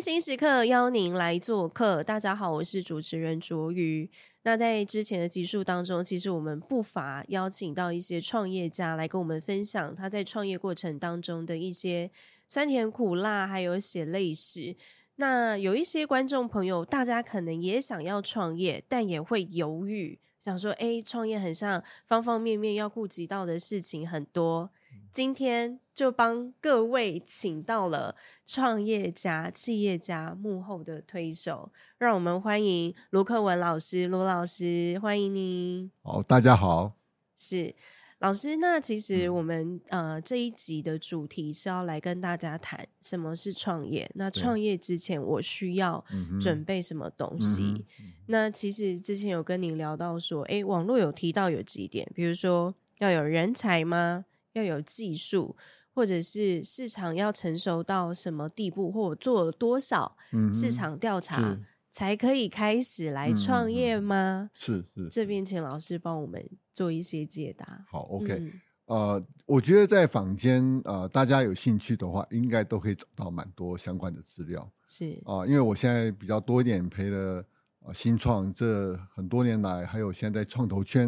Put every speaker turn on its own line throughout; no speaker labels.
心时刻邀您来做客。大家好，我是主持人卓瑜。那在之前的集数当中，其实我们不乏邀请到一些创业家来跟我们分享他在创业过程当中的一些酸甜苦辣，还有血泪史。那有一些观众朋友，大家可能也想要创业，但也会犹豫，想说：“哎，创业很像方方面面要顾及到的事情很多。”今天就帮各位请到了创业家、企业家幕后的推手，让我们欢迎卢克文老师，卢老师，欢迎您。
好，哦大家好，
是老师，那其实
嗯
我们、呃这一集的主题是要来跟大家谈什么是创业。那
对
创业之前，我需要
嗯哼
准备什么东
嗯
西？
哼
那其实之前有跟您聊到说，诶，网络有提到有几点，比如说要有人才吗？要有技术，或者是市场要成熟到什么地步，或我做了多少
嗯哼
市场调查
是嗯
才可以开始来创业吗？
是是
这边请老师帮我们做一些解答。
好 OK，、
嗯
呃，我觉得在坊间呃，大家有兴趣的话，应该都可以找到蛮多相关的资料
是
啊、因为我现在比较多一点陪了呃新创这很多年来，还有现在在创投圈，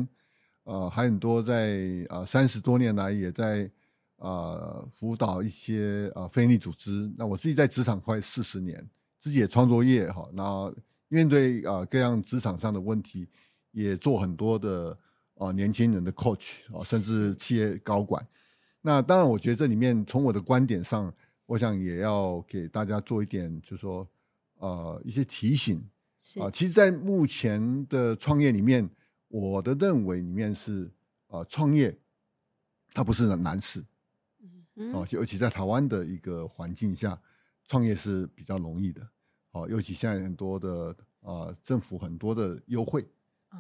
呃，还有很多在呃三十多年来也在呃辅导一些呃非营利组织。那我自己在职场快四十年，自己也创作业哈，那、面对呃各样职场上的问题，也做很多的呃年轻人的 coach 啊、甚至企业高管。那当然，我觉得这里面从我的观点上，我想也要给大家做一点，就是说呃一些提醒
是
啊、其实，在目前的创业里面，我的认为里面是啊、呃创业它不是难事
嗯
啊、尤其在台湾的一个环境下，创业是比较容易的。哦、尤其现在很多的啊、呃政府很多的优惠，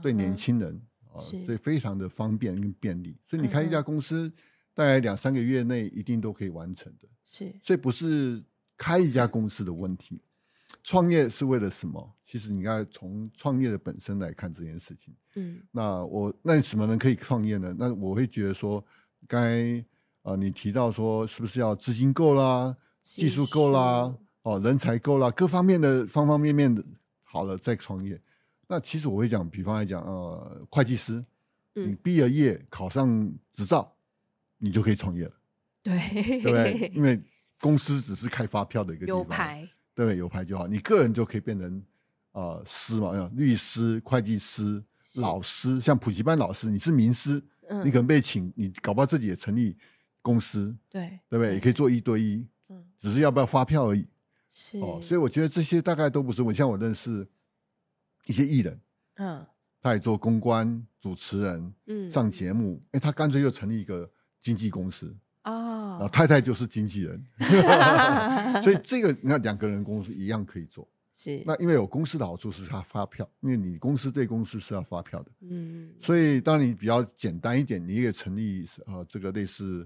对
嗯
年
哼
轻人啊、
是
所以非常的方便跟便利。所以你
嗯
开一
哼
家公司，大概两三个月内一定都可以完成的。
是
所以不是开一家公司的问题，创业是为了什么？其实你应该从创业的本身来看这件事情。
嗯
那我那什么人可以创业呢？那我会觉得说，刚才呃你提到说是不是要资金够啦，技术够啦，哦人才够啦，各方面的方方面面的好了再创业。那其实我会讲，比方来讲，呃，会计师，
嗯
你毕了业考上执照，你就可以创业了。
对
对不 对？因为公司只是开发票的一个地
有
方，啊
牌
对不对？有牌就好，你个人就可以变成呃师嘛，呃律师、会计师、
是
老师，像补习班老师，你是名师，
嗯
你可能被请，你搞不好自己也成立公司，
对
对不对？也可以做一对一，
嗯
只是要不要发票而已
是
哦。所以我觉得这些大概都不是我，像我认识一些艺人，
嗯
他也做公关、主持人、
嗯
上节目，哎，他干脆又成立一个经纪公司，然后
哦，
太太就是经纪人。 所以这个你看两个人公司一样可以做。
是
那因为有公司的好处是它发票，因为你公司对公司是要发票的，
嗯
所以当你比较简单一点，你也成立呃这个类似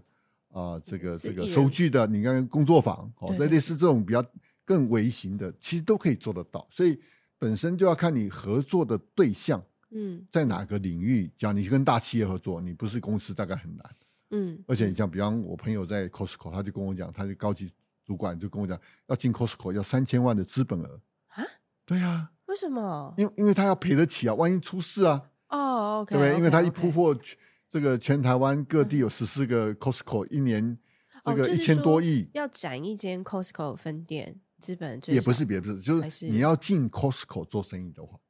啊、呃这个
自
这个
嗯艺人
收据的，你看工作坊哦
对，
那
对
类似这种比较更微型的，其实都可以做得到。所以本身就要看你合作的对象
嗯
在哪个领域。讲你跟大企业合作，你不是公司大概很难。
嗯，
而且你像比方我朋友在 Costco，他就跟我讲，他就高级主管就跟我讲，要进 Costco 要三千万的资本额
啊？
对啊，
为什么？
因为因为他要赔得起啊，万一出事啊，
哦，OK，嗯
对不对？因为他一铺
铺
货，这个全台湾各地有十四个 Costco，一年
哦
这个一千多亿，
要展一间 Costco 分店，资本最
也不
少
是，别不是，就
还
是
是
你要进 Costco 做生意的话，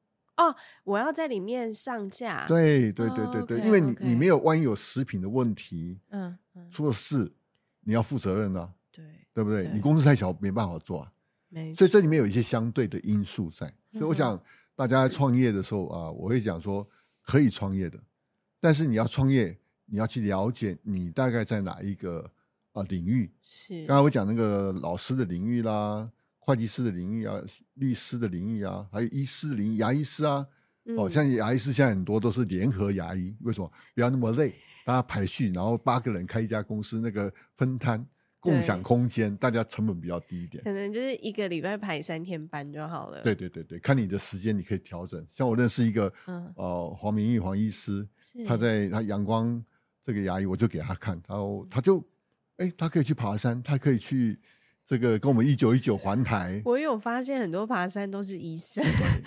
我要在里面上架，，
对对对
哦
对对，
，OK，
因为你
OK
你没有万一有食品的问题
嗯嗯，
出了事，你要负责任啊，
对，
对不对？
对
你公司太小没办法做啊。
没
所
错，
以这里面有一些相对的因素在。
嗯
所以我想大家在创业的时候啊，我会讲说可以创业的，但是你要创业，你要去了解你大概在哪一个啊、领域。
是
刚才我讲那个老师的领域啦，会计师的领域啊，律师的领域啊，还有医师的领域，牙医师啊。哦，
嗯
像牙医师现在很多都是联合牙医，为什么不要那么累？大家排序，然后八个人开一家公司，那个分摊共享
对
空间，大家成本比较低一点。
可能就是一个礼拜排三天班就好了，
对，对对对，看你的时间，你可以调整。像我认识一个，
嗯
呃，黄明义黄医师，
是
他在他阳光这个牙医，我就给他看，然后他就，哎，他可以去爬山，他可以去这个跟我们一九一九环台，
我有发现很多爬山都是医生，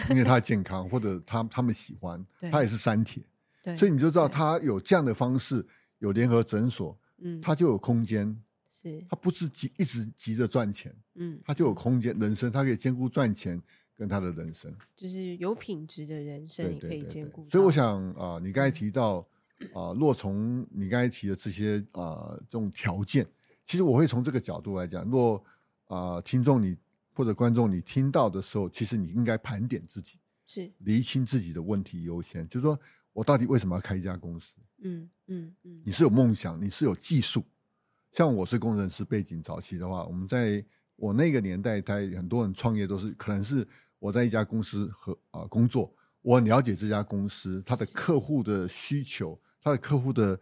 因为他健康或者他他们喜欢
对，
他也是山铁，
对，
所以你就知道
对
他有这样的方式，有联合诊所，
嗯，
他就有空间，
是
他不是急一直急着赚钱，
嗯，
他就有空间人生，他可以兼顾赚钱跟他的人生。
就是有品质的人生，
对
你
对
可以
对
兼
对
顾到。
所以我想啊、你刚才提到啊、若从你刚才提的这些啊、这种条件，其实我会从这个角度来讲，若啊、听众你或者观众你听到的时候，其实你应该盘点自己，
是，
厘清自己的问题优先，就是说我到底为什么要开一家公司？
嗯嗯嗯，
你是有梦想，你是有技术。像我是工程师背景，早期的话，我们在我那个年代，在很多人创业都是，可能是我在一家公司和啊、呃工作，我很了解这家公司它的
是
客户的需求，它的客户的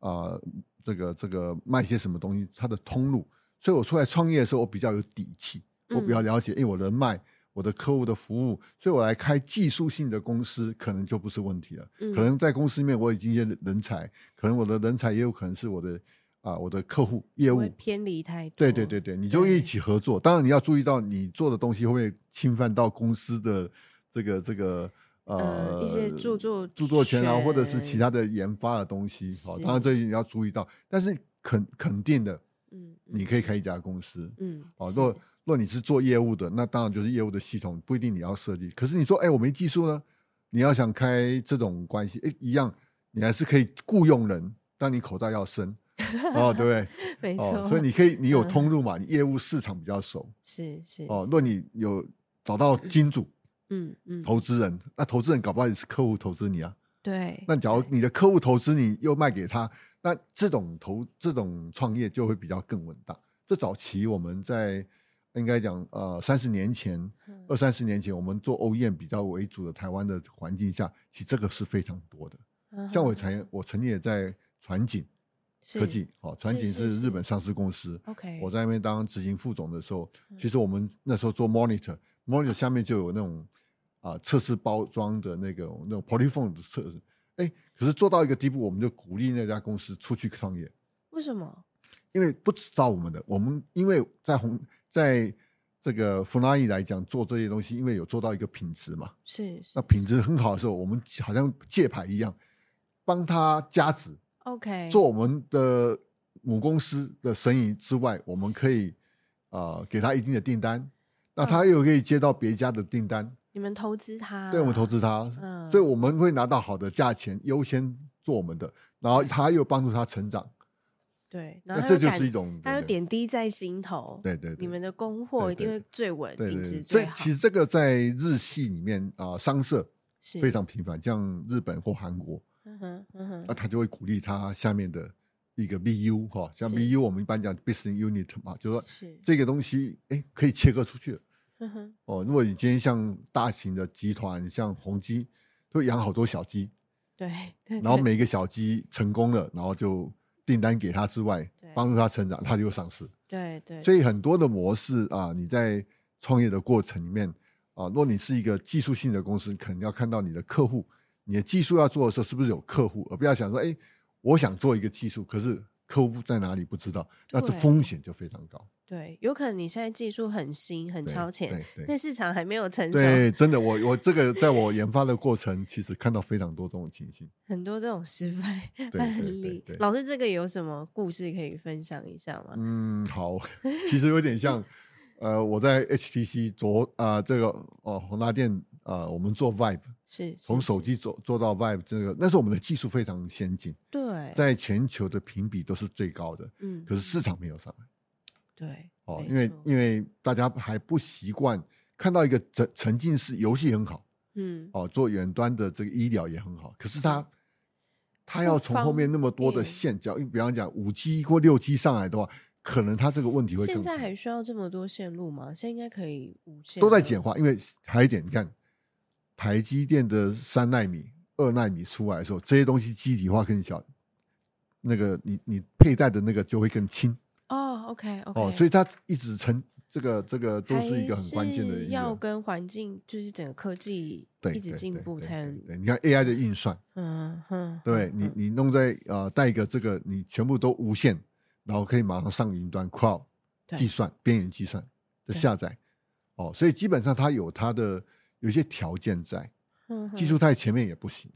啊、呃这个这个卖些什么东西，它的通路，所以我出来创业的时候，我比较有底气，
嗯
我比较了解，因为我人脉。我的客户的服务，所以我来开技术性的公司，可能就不是问题了。
嗯
可能在公司里面我已经一些人才，可能我的人才也有可能是我的啊、我哦的客户业
不
务
会。偏离太多。
对对对对，你就
对
一起合作。当然你要注意到你做的东西会不会侵犯到公司的这个这个
呃
呃
一些著作
著作权啊，或者是其
权
他的研发的东西。好、当然
是
这些你要注意到，但是肯肯定的，
嗯，嗯，
你可以开一家公司。
嗯，
哦，
是
若若你是做业务的，那当然就是业务的系统，不一定你要设计。可是你说，哎，我没技术呢，你要想开这种关系，哎，一样，你还是可以雇佣人，但你口袋 要深，哦，对不对？
没
哦
错，，
所以你可以，你有
嗯
通路嘛，你业务市场比较熟，
是是
哦，
是
若你有找到金主、
嗯嗯，
投资人，那投资人搞不好也是客户投资你啊。
对，
那假如你的客户投资你又卖给他，那这种投这种创业就会比较更稳当。这早期我们在应该讲呃三十年前、
嗯
二三十年前，我们做欧燕比较为主的台湾的环境下，其实这个是非常多的。像我曾我曾经也在船井科技，好、船
嗯是
井
是
是
是
日本上市公司，
OK，
我在那边当执行副总的时候，其实我们那时候做 monitor，monitor、monitor 下面就有那种啊、测试包装的那个那种 polyphone 的测试。哎，可是做到一个地步，我们就鼓励那家公司出去创业，
为什么？
因为不知道我们的，我们因为在红在这个弗拉伊来讲做这些东西，因为有做到一个品质嘛，
是是
那品质很好的时候，我们好像借牌一样，帮他加值，
OK，
做我们的母公司的生意之外，我们可以啊、呃给他一定的订单，那他
嗯
又可以接到别家的订单，
你们投资它，
对我们投，资他，
嗯，
所以我们会拿到好的价钱，优先做我们的，然后他又帮助他成长，
对，然后
那这
它
就
感
是一种
它就
对
点滴在心头，
对对对
你们的供货
对
一定
对
会最稳，
对
品
对
质
对，所
最
以
好，
其实这个在日系里面啊、商社
是
非，常啊频繁，像日本或韩国，
嗯哼嗯哼
那，他就会鼓励他下面的一个 BU 哈、像
是
BU 我们一般讲 business unit 嘛，就是说
是，
这个东西哎可以切割出去了。
嗯哼，
哦，如果你今天像大型的集团，像宏基，都养好多小鸡，
对对，
然
嗯
后
对
每个小鸡成功了，然后就订单给他之外
对，
帮助他成长，他就上市。
对对，
所
以
以很多的模式啊，你在创业的过程里面啊，如果你是一个技术性的公司，可能要看到你的客户，你的技术要做的时候是不是有客户，而不要想说，哎，我想做一个技术，可是客户在哪里不知道，那这
对
风险就非常高。
对，有可能你现在技术很新很
对
超前，，
对对
但市场还没有成熟，
对，真的，我我这个在我研发的过程，其实看到非常多这种情形。
很多这种失败
对
案
对对
例
对。
老师，这个有什么故事可以分享一下吗？
嗯，好，其实有点像，呃，我在 HTC 昨啊、这个哦宏达电啊、我们做 Vive，
是
从
是
手
是
机做做到 Vive 这个，那时候我们的技术非常先进，
对，
在全球的评比都是最高的，
嗯，
可是市场没有上来
对
哦
没，
因为
错
因为大家还不习惯看到一个沉沉浸式游戏很好。
嗯
哦，做远端的这个医疗也很好，可是
嗯
它它
不
要从后面那么多的
方便
线交，因为比方讲五 G 或六 G 上来的话，可能它这个问题会
现
更
在
大
还需要这么多线路吗？现在应该可以无线
都在
了
简化，因为还有一点，你看台积电的三纳米、二纳米出来的时候，这些东西机体化更小，那个你你佩戴的那个就会更轻
哦。OK OK，
哦，所以它一直成这个这个都是一个很关键的一
要
个
跟环境就是整个科技
对
一直
对
进
对
步
对
才
对
能
对你看 AI 的运算。
嗯哼，
对
嗯
你
嗯，
你弄在呃带一个这个，你全部都无线，然后可以马上上云端 cloud
对
计算、边缘计算的
对
下载。哦，所以基本上它有它的有一些条件在，
嗯哼
技术太前面也不行。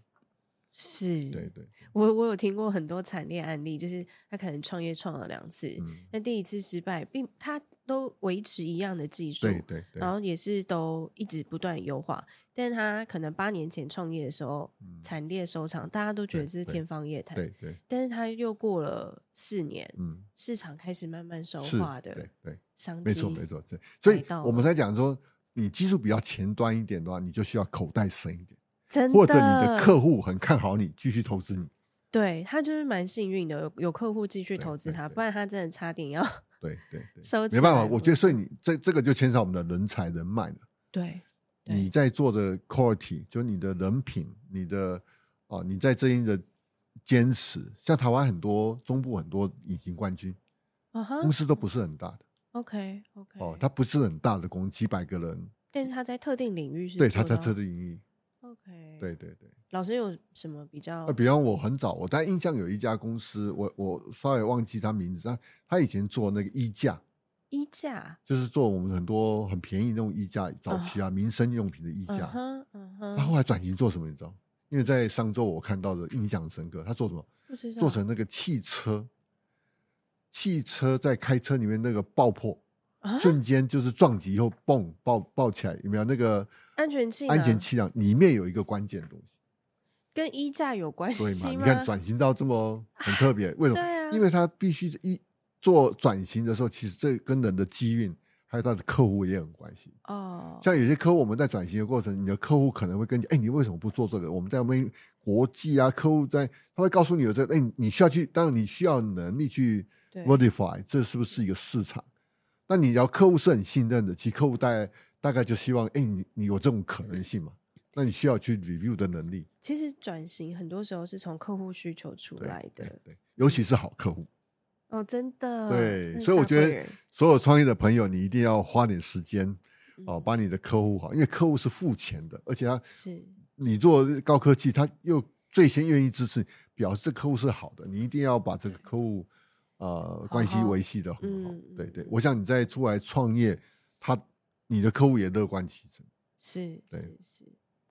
是，
对对，
我我有听过很多惨烈案例，就是他可能创业创了两次，
嗯，
那第一次失败，并他都维持一样的技术，
对对对
然，后也是都一直不断优化，但是他可能八年前创业的时候
嗯
惨烈收场，大家都觉得
对
这是
对
天方夜谭，
对对，
但是他又过了四年，
嗯，
市场开始慢慢消
是
化，
对
的
对，
商机，
没错没，错，对，所以
到
我们
了
才讲说，你技术比较前端一点的话，你就需要口袋深一点，
真的，
或者你的客户很看好你，继续投资你。
对他就是蛮幸运的，有有客户继续
对
投资
对
他，
对
不然他真的差点要
对对对，
收起
没办
来
法，我
了
觉得所以你这这个就牵扯我们的人才人脉了。
对对
你在做的 quality，就你的人品，你的啊、你在这一的坚持，像台湾很多中部很多隐形冠军，
啊哈
公司都不是很大的
，OK OK，
哦，它不是很大的公司，几百个人，
但是他在特定领域是
对，它
做
在
到
特定领域，
OK，
对对对。
老师有什么比较
那比方我很早，我但印象有一家公司，我我稍微忘记它名字，它它以前做那个衣架，
衣架？
就是做我们很多很便宜那种衣架，早期啊民生用品的衣
嗯
架，
哼嗯
他
哼，
后来转型做什么？你知道吗？因为在上周我看到的印象深刻，他做什么？
不知道
做成那个汽车，汽车在开车里面那个爆破，
啊
瞬间就是撞击以后蹦爆爆起来，有没有那个
安全气
安全
囊
气囊里面有一个关键的东西，
跟衣架有关
对嘛？
系
你
吗？
看转型到这么很特 别，为什
对
么？
啊，
因为他必须一做转型的时候，其实这跟人的机运还有他的客户也很关系。
哦，
像有些客户，我们在转型的过程，你的客户可能会跟你，哎，你为什么不做这个？我们在我们国际啊，客户在他会告诉你有这个，哎，你需要去，当然你需要能力去
对
modify，这是不是一个市场？那你要客户是很信任的，其实客户大概大概就希望，哎，你你有这种可能性嘛？那你需要去 review 的能力，
其实转型很多时候是从客户需求出
对
来
对
的
对，尤其是好客户，
哦，真的，
对，
那是
所以我
大
觉
贵
得
人
所有创业的朋友，你一定要花点时间哦，
嗯
把你的客户好，因为客户是付钱的，而且他
是
你做高科技，他又最先愿意支持你，表示这客户是好的，你一定要把这个客户呃关系
好
维系的很好。
嗯嗯
对对
嗯，
我想你在出来创业，他你的客户也乐观其成。
是
对
是是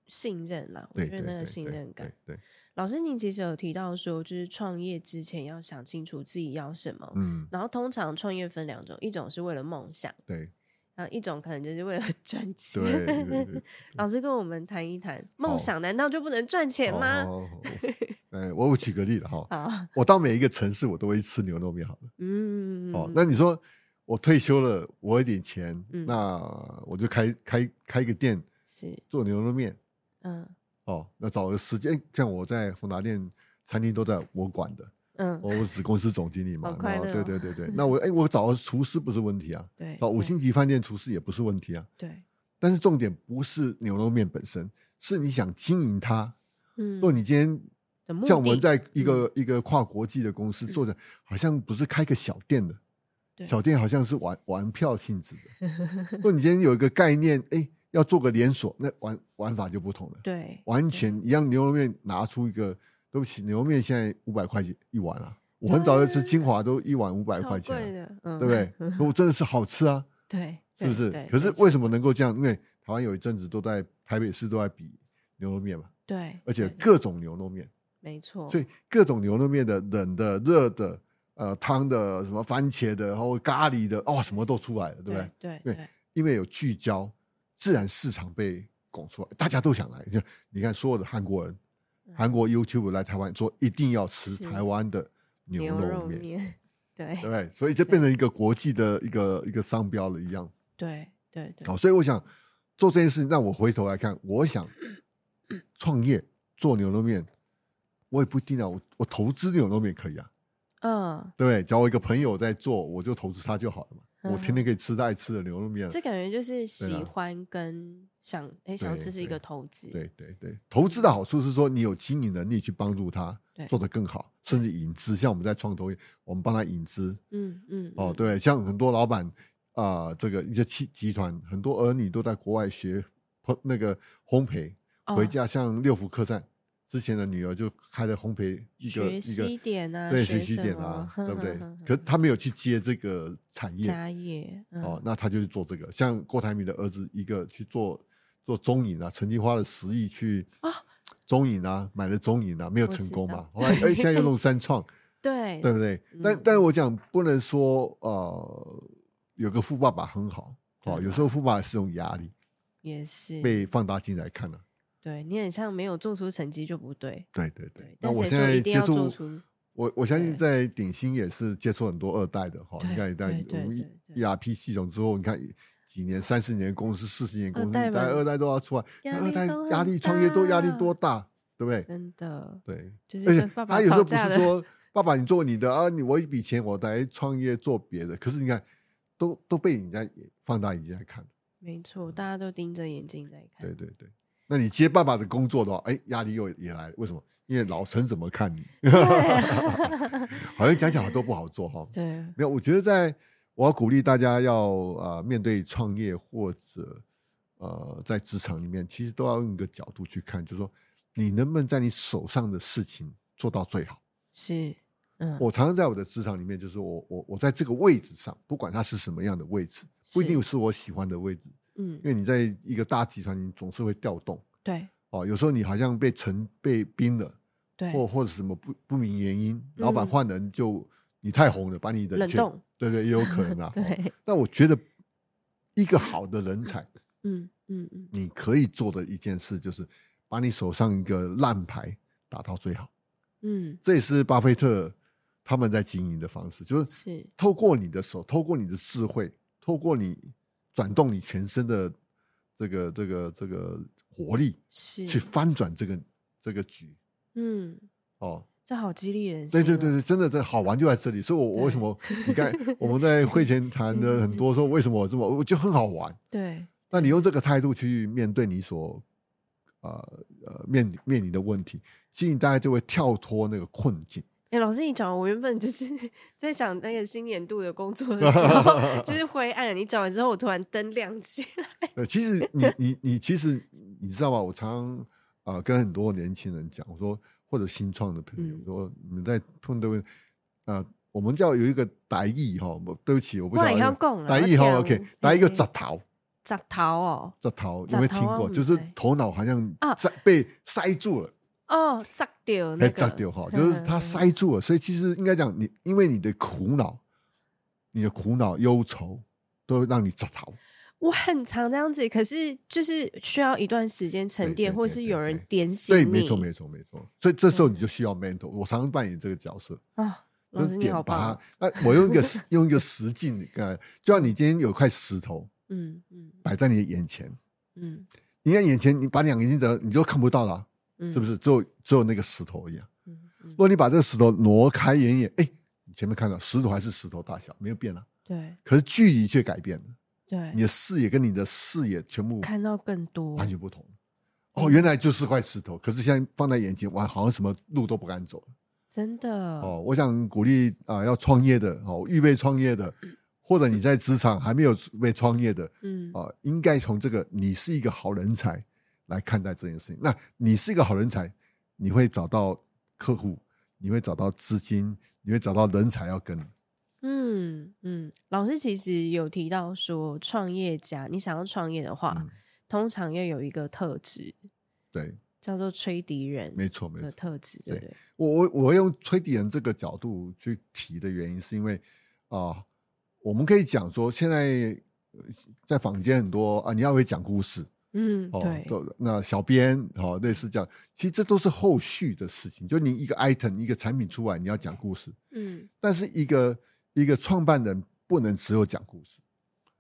信任啦，我
对
觉
对
得
对
那个
对
信任感。
对，对
老师，您其实有提到说，就是创业之前要想清楚自己要什么。
嗯，
然后通常创业分两种，一种是为了梦想，
对
然后一种可能就是为了赚钱。
对对 对对。
老师跟我们谈一谈，梦
好
想难道就不能赚钱吗？
好好好，哎，我我举个例子哈，
啊，
我到每一个城市，我都会吃牛肉面好了。
嗯，
哦，那你说我退休了，我有点钱，
嗯
那我就开开开一个店
是，
做牛肉面。
嗯
哦，那找个时间，像我在宏达店餐厅都在我管的，
嗯，
我是公司总经理嘛
好，快
然后
乐
对
哦
对对对， 那我哎，我找个厨师不是问题啊，
对，
找五
对
星级饭店厨师也不是问题啊，
对，
但是重点不是牛肉面本身，是你想经营它。
嗯
如果你今天
的目
像我们
的嗯
在一个一个跨国际的公司做的，好像不是开个小店的，
对
小店好像是玩玩票性质 的。如果你今天有一个概念，哎，要做个连锁，那玩玩法就不同了。
对
完全一样牛肉面拿出一个，对不起，牛肉面现在五百块钱一碗啊，我很早就吃金华都一碗五百
超
块
贵
钱啊、
的，嗯，
对不 对？可我真的是好吃啊，
对，
是不
对
是
对？
可是
没错
为什么能够这样？因为台湾有一阵子都在台北市都在比牛肉面嘛，
对，
而且
对哦
各种牛肉面，
没错，
所以各种牛肉面的冷的、热的、呃汤的、什么番茄的，然后咖喱的，哦，什么都出来了，对不对？
对
对
对对
因为有聚焦，自然市场被拱出来，大家都想来。就你看，所有的韩国人，韩国 YouTube 来台湾说一定要嗯吃
是
台湾的牛
牛
肉
肉
面，
面，对
对不对？所以这变成一个国际的一个一个商标了一样。
对对对
好，，所以我想做这件事，那我回头来看，我 想创业做牛肉面，我也不一定啊，我我投资牛肉面可以啊，
嗯，
对不对？只要我一个朋友在做，我就投资他就好了嘛。我天天可以吃他爱吃的牛肉面啊，
这感觉就是喜
啦
欢跟想，哎，想
对
这是一
对
个投资，
对对对，投资的好处是说你有经营能力去帮助他
对
做得更好，甚至引资。像我们在创投业，我们帮他引资
嗯嗯，
哦，
嗯，
对，像很多老板啊、这个一些企集团，很多儿女都在国外学烹那个烘焙，
哦
回家像六福客栈之前的女儿就开了烘焙一个
学
一个
西点啊，
对
学
学习
什
点
么
啊，对 不对？可是他没有去接这个产业
家业
哦，
嗯
那他就去做这个。像郭台铭的儿子一个去做做中影啊，曾经花了十亿去
啊
中影啊，买了中影啊，没有
我
成
知
功
道
嘛。后来哎，现在又弄三创，
对
对不对？但
嗯
但我讲不能说呃，有个富爸爸很好哦，
对
有时候富爸爸是种压力
也是
被放大镜来看的、
对你很像没有做出成绩就不对，
对对
对
对，那
但
我
谁
现
说一
在
定
接
要做
触
出，
我我相信
对
在鼎新也是接触很多二代的哈。
对
你看，你在
对对
我们
对对
ERP 系统之后，你看几年、三十年公司、四十年公司，
代
一代、
们
二代都要出来，
压
那二
力
代
都
压
很
力创业都压力
大
多大，对不对？
真的
对，
就是
而
跟
且
爸爸
他有时
吵
候不
架
是
的，
说爸爸你做你的啊，你我一笔钱我来创业做别的，可是你看都都被人家放大眼睛来看，
没错，大家都盯着眼睛在看
对。 对对。那你接爸爸的工作的话，哎，压力又也来了，为什么？因为老陈怎么看你？ 好像讲讲都不好做哈。
对，
没有，我觉得在我要鼓励大家要啊、呃面对创业或者呃在职场里面，其实都要用一个角度去看，就是说你能不能在你手上的事情做到最好。
是，嗯，
我常常在我的职场里面，就是我我我在这个位置上，不管它是什么样的位置，不一
是
定是我喜欢的位置，
嗯
因，为你在一个大集团，你总是会调动
对
哦，有时候你好像被成被冰了。
对，
或或者什么不不明原因，老板
嗯
换人就你太红了，把你的
冷
权
冻，
对对，也有可能啊
。对
哦那我觉得一个好的人才，
嗯嗯嗯，
你可以做的一件事就是把你手上一个烂牌打到最好，
嗯
这也是巴菲特他们在经营的方式，就是
是，
透过你的手，透过你的智慧，透过你转动你全身的这个这个这个活力，
是
去翻转这个这个局
嗯，
哦。
这好激励人心、
对
哦。
对对对，真的，这好玩就在这里。所以我，我为什
对
么你看我们在会前谈的很多，说为什么我这么，我就很好玩。
对
那你用这个态度去面对你所呃呃面面临的问题，其实你大概就会跳脱那个困境。
哎、老师你讲，我原本就是 在想那个新年度的工作的时候，就是灰暗。你讲完之后，我突然灯亮起来。
呃，其实你你你其实你知道吗？我常常啊、呃跟很多年轻人讲，我说或者新创的朋友
嗯
说，你们在碰到问啊、呃我们叫有一个台语哈，我对不起，我不晓
哇要
得
讲啊
台
要
语
听
哈，OK，台语叫
嘿
杂头。
砸桃哦，
这头
这
有没有
头
听
我
过？
唔
就是
知
头脑好像
啊
塞被塞住了，
哦，砸掉那
被
个，嗯
炸掉哈，就是它塞住了。所以其实应该讲你，因为你的苦恼，你的苦恼、忧愁，都会让你炸头。
我很常这样子，可是就是需要一段时间沉
对
淀，
对
或
对
是
对
有人
对
点醒
对，
你。
没错，没错，没错。所以这时候你就需要 mentor。我常常扮演这个角色，
啊，老
就
师
是
你
点
好
拔
棒。。啊
那我用一 个实用一个实劲，呃，就像你今天有块石头
嗯嗯
摆在你的眼前，
嗯
你看眼前，你把两个眼睛的你就看不到了啊，
嗯，
是不？是？只有只有那个石头一样。
嗯嗯
如，果你把这个石头挪开远远，哎，你前面看到石头还是石头大小，没有变啊，
对
可是距离却改变了，
对
你，的哎视野跟你的视野全部
看嗯到更多，
完全不同。哦，原来就是块石头，可是现在放在眼前，哇，好像什么路都不敢走了。
真的
哦，我想鼓励啊、要创业的哦，预备创业的，或者你在职场还没有被创业的
嗯
啊、应该从这个你是一个好人才来看待这件事情。那你是一个好人才，你会找到客户，你会找到资金，你会找到人才要跟你。
嗯嗯，老师其实有提到说，创业家你想要创业的话，
嗯，
通常要有一个特质
对，
叫做吹笛人
没错没
的
错。
特质，对不
对
对？
我我我用吹笛人这个角度去提的原因，是因为啊、我们可以讲说，现在呃在坊间很多啊，你要会讲故事
嗯，
哦
对，，
都那小编哦，类似这样，其实这都是后续的事情。就你一个 item 一个产品出来，你要讲故事，
嗯，
但是一个一个创办人不能只有讲故事。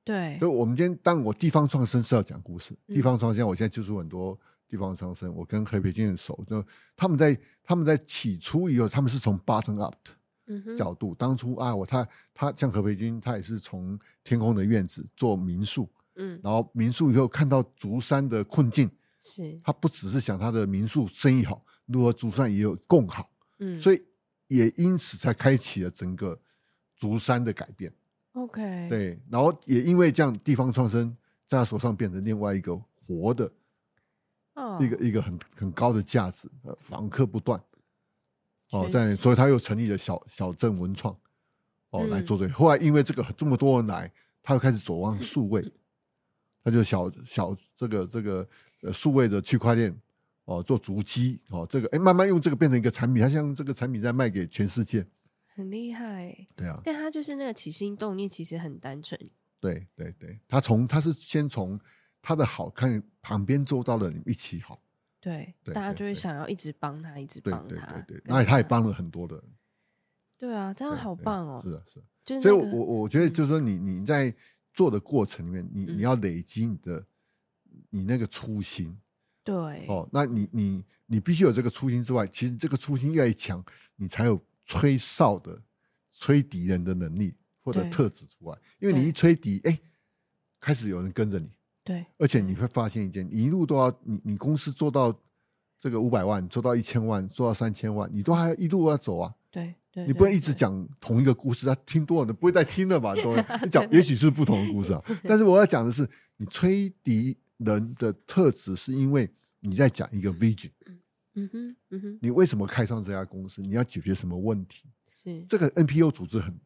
对
所，以，我们今天当然我地方创生是要讲故事，
嗯
地方创生，我现在接触很多地方创生，我跟黑培军很熟，就他们在他们在起初以后，他们是从 bottom up 的
嗯哼，
角度，当初啊，我他他像何培军，他也是从天空的院子做民宿，
嗯，
然后民宿以后看到竹山的困境，
是，
他不只是想他的民宿生意好，如何竹山也有更好，
嗯，
所
以
以也因此才开启了整个竹山的改变。
OK，，
对，然后也因为这样，地方创生在他手上变成另外一个活的
哦，
一个一个很很高的价值，呃，访客不断。哦，
确
在
实
所以他又成立了小小镇文创，哦、来
嗯
做这个。后来因为这个这么多人来，他又开始走往数位，他就小小这个这个呃数位的区块链哦做足迹哦这个哎慢慢用这个变成一个产品，他像用这个产品在卖给全世界。
很厉害。
对啊，
但他就是那个起心动念其实很单纯，
对对对，他从他是先从他的好看旁边周到的人一起好，
对，
对
大家
对
就会
对
想要一直帮他，一直
对
帮
对
他，
对对，
跟
那他也，帮了很多的人，
对啊，这样
对
好
对
棒哦
是。的，是的。
就是
所以
那
我，
个
我我觉得就是说你，你在做的过程里面，你
嗯
你要累积你的你那个初心
对
哦。那你你你必须有这个初心之外，其实这个初心越来越强，你才有吹哨的吹敌人的能力或者
对
特质出来。因为
对
你一吹敌，哎，开始有人跟着你，
对
而且你会发现一件，你一路都要你你公司做到这个五百万，做到一千万，做到三千万，你都还一路要走啊。
对对，
你不能
对
一直
对
讲同一个故事，他听多了不会再听 了吧？都你讲，也许是不同的故事啊。但是我要讲的是，你吹笛人的特质，是因为你在讲一个 vision，
嗯哼嗯哼
你为什么开创这家公司，你要解决什么问题？
是
这个 NPO 组织很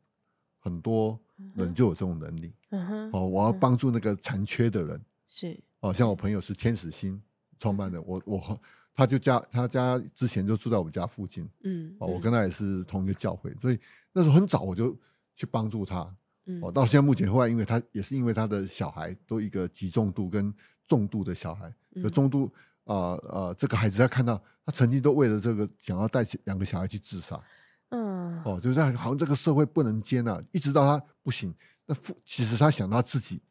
很多
嗯
人就有这种能力
嗯哼
哦。我要帮助那个残缺的人
是
哦，像我朋友是天使星创办人，我我他就家他家之前就住在我们家附近，
嗯
哦，我
嗯
跟他也是同一个教会，所以那时候很早我就去帮助他。
嗯
哦，到现在目前，后来因为他也是因为他的小孩都一个极重度跟重度的小孩，有
嗯
重度啊呃这个孩子他看到他曾经都为了这个想要带起两个小孩去自杀，
嗯
哦，就是他好像这个社会不能接纳，一直到他不行，那父其实他想到自己，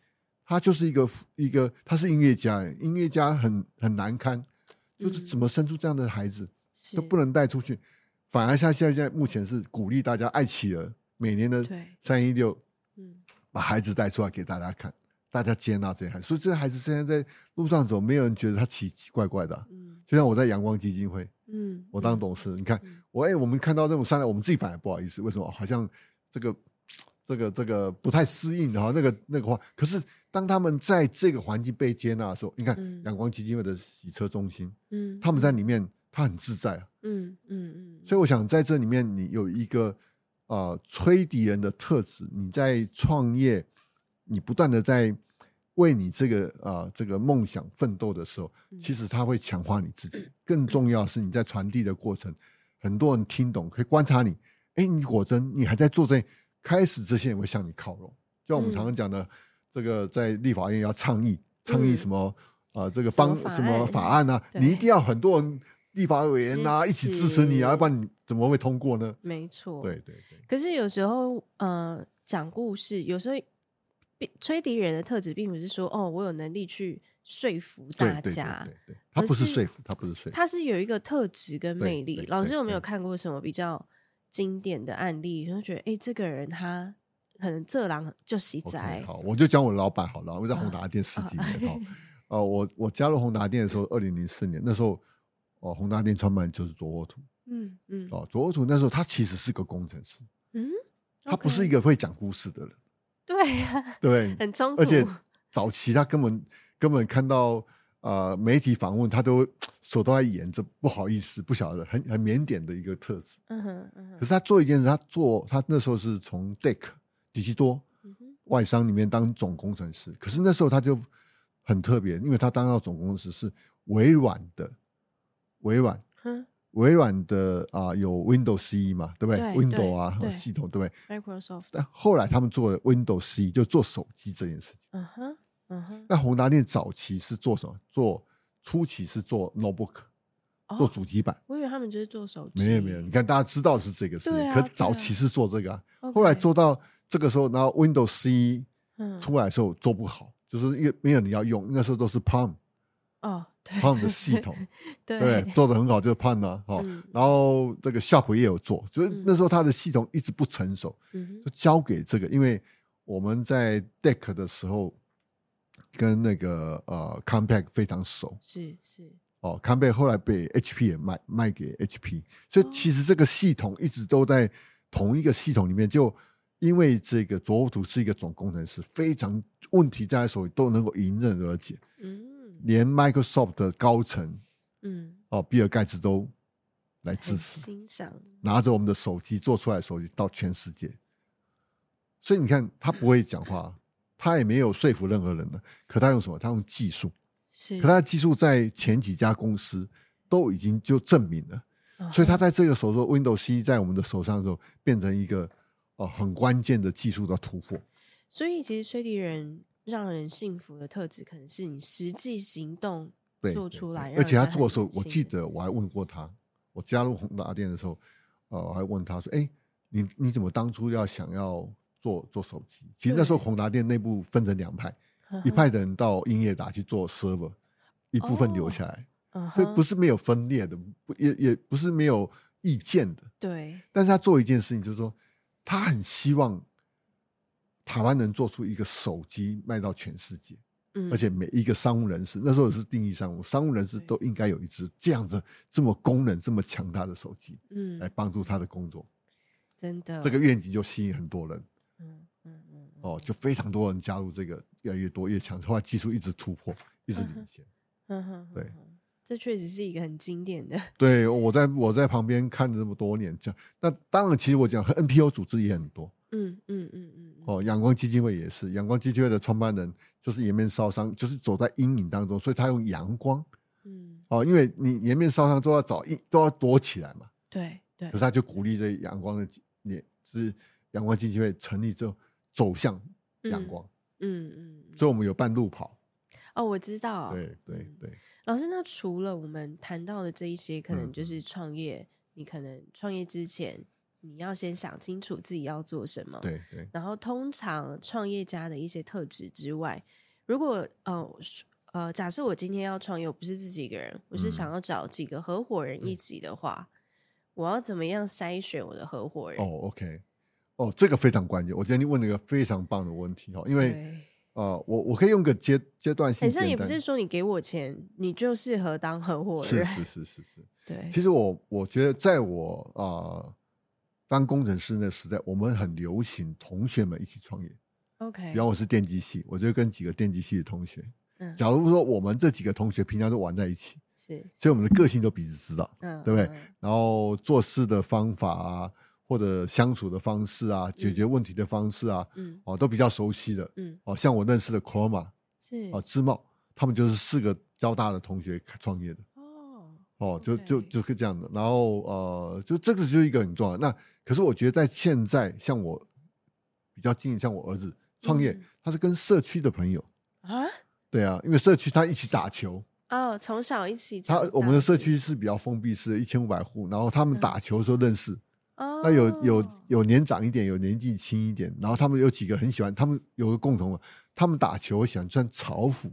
他就是一个父一个他是音乐家，音乐家很很难堪，就是
嗯
怎么生出这样的孩子，
是
都不能带出去，反而像现在目前是鼓励大家爱企鹅，每年的
对
三一六
嗯
把孩子带出来给大家看，大家接纳这些孩子，所以这些孩子现在在路上走，没有人觉得他奇奇怪怪的啊、
嗯
就像我在阳光基金会，
嗯
我当
嗯
董事，你看
嗯
我哎、我们看到这种善良，我们自己反而不好意思，为什么？哦好像这个这个这个不太适应，然后那个那个话，可是当他们在这个环境被接纳的时候，你看
嗯
阳光基金会的洗车中心，
嗯
他们在
嗯
里面他很自在啊。
嗯嗯嗯
所以我想在这里面，你有一个呃吹笛人的特质，你在创业，你不断的在为你这个呃这个梦想奋斗的时候，
嗯
其实它会强化你自己。更重要的是你在传递的过程，很多人听懂，可以观察你，哎，你果真你还在做这，开始这些人会向你靠拢。就
嗯
像我们常常讲的，这个在立法院要倡议，倡议
嗯
什么？呃，这个
什么
帮
法
什么
案
法案啊？
对
你一定要很多人立法委员啊
支
一起支持你
持
啊，要不然你怎么会通过呢？
没错
对对对，
可是有时候，呃，讲故事有时候并吹笛人的特质，并不是说哦，我有能力去说服
对
大
对对
家，
对对，他
而
不是
是
说服，他不是说服，
它是有一个特质跟
对
魅力
对。
老师
对
有没有
对
看过什么比较经典的案例？然后觉得，哎、这个人他可能这狼就喜
OK，
宅，
好，我就讲我老板好了，我在宏
啊
达店十
啊
几年 哈。呃，我我加入宏达店的时候，二零零四年，那时候，哦，宏达店创办人就是卓沃图。
嗯嗯
哦，卓沃图那时候他其实是个工程师，
嗯，
他不是一
OK
个会讲故事的人，
对啊，
对，
很冲突，
而且早期他根本根本看到呃媒体访问，他都会手都在演着不好意思，不晓得很很腼腆的一个特质。
嗯哼嗯哼
可是他做一件事，他做他那时候是从 Deck 迪奇多
嗯哼
外商里面当总工程师，可是那时候他就很特别，因为他当到总工程师是微软的，微软
哼
微软的啊、有 Windows 十一嘛，对不对
对
w i n d o w 啊
对对
系统对不对？
，Microsoft，
但后来他们做了 Windows 十一，就做手机这件事情。
嗯哼嗯哼，
那宏达电早期是做什么？做初期是做 notebook，做
哦，
主机板。
我以为他们就是做手机，
没有没有，你看大家知道是这个事
对
情，
啊
可
对
早
啊
期是做这个、啊，
OK，
后来做到这个时候，然后 Windows 十一
嗯
出来的时候做不好，就是因为没有人要用，那时候都 是 Palm
哦，对
Palm
对
的系统，
对
对，做的很好就是 Palm 啊，哦，
嗯
然后这个 Shop 也有做，所以
嗯
那时候它的系统一直不成熟，
嗯
就
哼
交给这个，因为我们在 Deck 的时候跟那个呃 Compaq 非常熟，
是是，
哦，康贝后来被 HP 也卖卖给 HP，所以其实这个系统一直都在同一个系统里面。就因为这个卓沃图是一个总工程师，非常问题在他手里都能够迎刃而解。
嗯，
连 Microsoft 的高层
嗯，
哦，比尔盖茨都来支
很
持。
欣赏，
拿着我们的手机做出来的手机到全世界。所以你看，他不会讲话，他也没有说服任何人的，可他用什么？他用技术，
是，
可他的技术在前几家公司都已经就证明了，
嗯
所以他
哼
在这个手候 Windows 7在我们的手上的时候，变成一个呃很关键的技术的突破。
所以其实吹笛人让人幸福的特质，可能是你实际行动
对，
做
对
出
对
来让
而且他
人家
做的
很
时候，
开
我
心
记得我还问过他，我加入宏达店的时候，呃，我还问他说：“哎，你你怎么当初要想要做做手机？”其实那时候
对嗯
宏达店内部分成两派，
呵
一
呵
派的人到英业达去做 server，一部分留
哦
下来，
嗯
所以不
哼
是没有分裂的，不也也不是没有意见的。
对，
但是他做一件事情，就是说他很希望台湾能做出一个手机卖到全世界。
嗯，
而且每一个商务人士，那时候也是定义商务，商务人士
对
都应该有一只这样子这么功能这么强大的手机
嗯
来，帮助他的工作。
真的
这个愿景就吸引很多人
嗯嗯嗯嗯
哦，就非常多人加入这个，越来越多越强，后来技术一直突破，一直领先。
嗯哼，
对
嗯哼，这确实是一个很经 典的，
对我在我在旁边看了这么多年，这样那当然，其实我讲 NPO 组织也很多
嗯嗯嗯嗯，嗯，
哦，阳光基金会也是，阳光基金会的创办人就是颜面烧伤，就是走在阴影当中，所以他用阳光
嗯，
哦，因为你颜面烧伤都要找一都要躲起来嘛。
对对
可是，他就鼓励这阳光的年，是阳光基金会成立之后走向阳
嗯
光，
嗯嗯，嗯
所以我们有半路跑。
哦，我知道，
对对
嗯
对，
老师，那除了我们谈到的这一些，可能
嗯
就是创业，你可能创业之前，你要先想清楚自己要做什么。
对对，
然后，通常创业家的一些特质之外，如果呃是呃，假设我今天要创业，我不是自己一个人，我是想
嗯
要找几个合伙人一起的话，我要怎么样筛选我的合伙人？
哦，OK，哦，这个非常关键。我觉得你问了一个非常棒的问题哦，因为
对，
呃，我我可以用个阶阶段性
很
简
像
单，
也不是说你给我钱，你就适合当合伙
是
人。
是是是是。
对，
其实我我觉得，在我啊、呃当工程师那时代，我们很流行同学们一起创业。
OK，
比方我是电机系，我就跟几个电机系的同学。
嗯
假如说我们这几个同学平常都玩在一起，
是，
所以我们的个性都彼此知道，
嗯，
对不对
嗯？嗯
然后做事的方法啊，或者相处的方式啊，解决问题的方式啊，
嗯
哦，都比较熟悉的。
嗯，
哦，像我认识的 Chroma
是
哦，智茂，他们就是四个交大的同学开创业的。
哦，
哦，就就
OK
就是这样的。然后呃，就这个就是一个很重要的。那可是我觉得在现在，像我比较经营，像我儿子创业，
嗯
他是跟社区的朋友。
啊
对啊，因为社区他一起打球，
哦，从小一起
他
长
我们的
大
社
是
区是比较封闭式的，一千五百户，然后他们
嗯
打球的时候认识，
哦，
那有有有年长一点，有年纪轻一点，然后他们有几个很喜欢，他们有个共同的，他们打球喜欢穿潮服，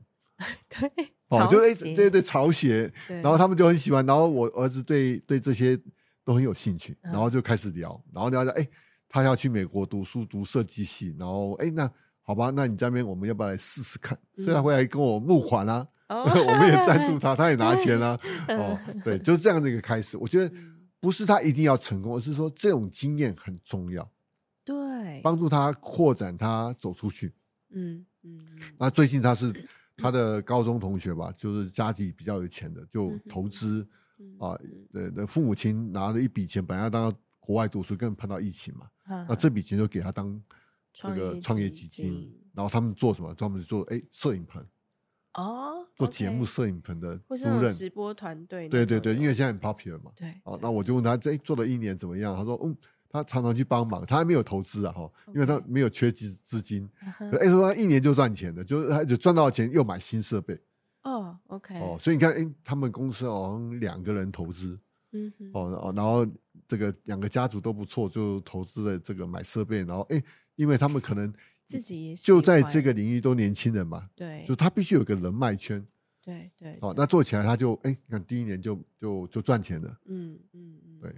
对，
哦，
潮
就哎
鞋
对对潮鞋，
对，
然后他们就很喜欢，然后我儿子对对这些都很有兴趣，
嗯
然后就开始聊，然后聊聊，哎，他要去美国读书读设计系，然后哎那。好吧，那你这边我们要不要来试试看？所以他
嗯
会来跟我募款啊，
哦
我们也赞助，他，他也拿 钱啊。哦，对，就是这样的一个开始。我觉得
嗯
不是他一定要成功，而是说这种经验很重要，
对，
帮助他扩展他走出去。
嗯嗯，嗯
那最近他是他的高中同学吧，就是家里比较有钱的，就
嗯哼
投资
嗯
啊
嗯，
呃，那父母亲拿了一笔钱，本来要当国外读书，更碰到疫情嘛，
哈
那
哈
啊这笔钱就给他当这
嗯创
个
业
创业
基
基金
金。
然后他们做什么？专门做哎摄影棚，
哦，
做节目
OK，
摄影棚的
或是
租
那种
任。
直播团队那种
对
的，
对对，因为现在很 popular 嘛。
对
哦，那我就问他，这做了一年怎么样？他说，嗯，他常常去帮忙，他还没有投资啊，哈，因为他
OK
没有缺资资金。
啊哈
哎，说他一年就赚钱的，就是他就赚到钱又买新设备
哦，OK，
哦，所以你看，哎，他们公司好像两个人投资
嗯哼，
哦哦，然后这个两个家族都不错，就投资了这个买设备，然后哎，因为他们可能
自己也
就
喜
在
欢
这个领域都年轻人嘛，
对
就他必须有个人脉圈
对对，
哦，那做起来他就哎，你看第一年就就就赚钱了，
嗯嗯嗯，
对。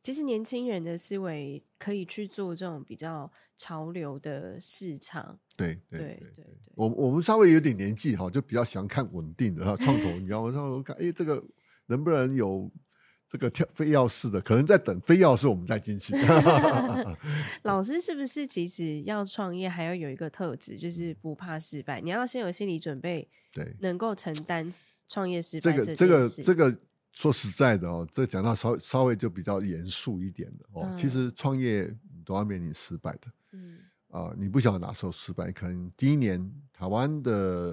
其实年轻人的思维可以去做这种比较潮流的市场，
对
对
对对
对对
我我们稍微有点年纪哈，就比较喜欢看稳定的哈，创投。你要我说我看，哎，这个能不能有这个跳非要式的，可能在等非要式我们再 进去。
老师是不是其实要创业还要有一个特质，就是
嗯
不怕失败？你要先有心理准备，
对，
能够承担创业失
这
败
个
这
这
件
个
事。
这个说实在的哦，这讲到稍稍微就比较严肃一点的哦。
嗯
其实创业你都要面临失败的
嗯
啊、你不晓得哪时候失败，可能第一年台湾的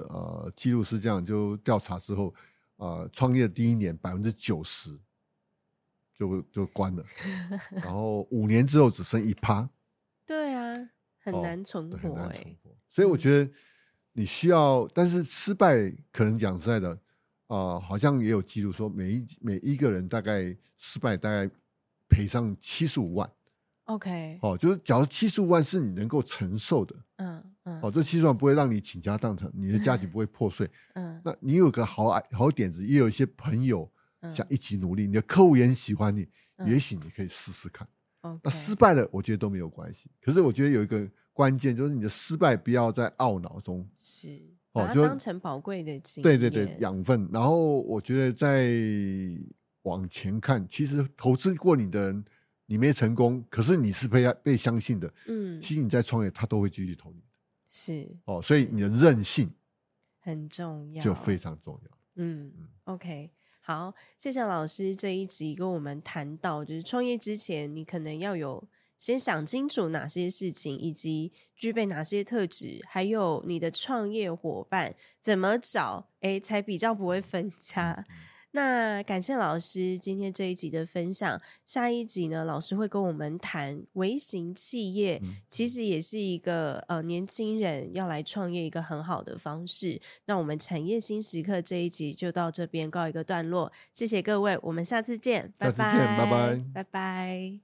呃记录是这样，就调查之后，呃，创业第一年百分之九十就就关 了，然后五年之后只剩一趴。
对啊，很
哦
难存
对，很
活
难
哎、
存活。所以我觉得你需要，但是失败可能讲实在的，啊、好像也有记录说，每一每一个人大概失败大概赔上七十五万，
OK，
哦，就是假如七十五万是你能够承受的，
嗯嗯
哦，这七十万不会让你倾家荡产，你的家庭不会破碎，
嗯
那你有个好矮好点子，也有一些朋友
嗯，
想一起努力，你的客户也很喜欢你，
嗯
也许你可以试试看。那
OK，
失败了，我觉得都没有关系。可是我觉得有一个关键，就是你的失败不要在懊恼中，
是
哦
把它
就
当成宝贵的经
对对对，
验
养分。然后我觉得在往前看，其实投资过你的人，你没成功，可是你是被被相信的。
嗯
其实你在创业，他都会继续投你。
是
哦，所以你的韧性
很重要，
就非常重要。
嗯
嗯
，OK，好，谢谢老师这一集跟我们谈到，就是创业之前，你可能要有先想清楚哪些事情，以及具备哪些特质，还有你的创业伙伴怎么找，诶，才比较不会分家。 那感谢老师今天这一集的分享，下一集呢，老师会跟我们谈微型企业，
嗯
其实也是一个呃年轻人要来创业一个很好的方式。那我们产业新时刻这一集就到这边告一个段落，谢谢各位，我们下次见，
下次见拜拜
拜拜。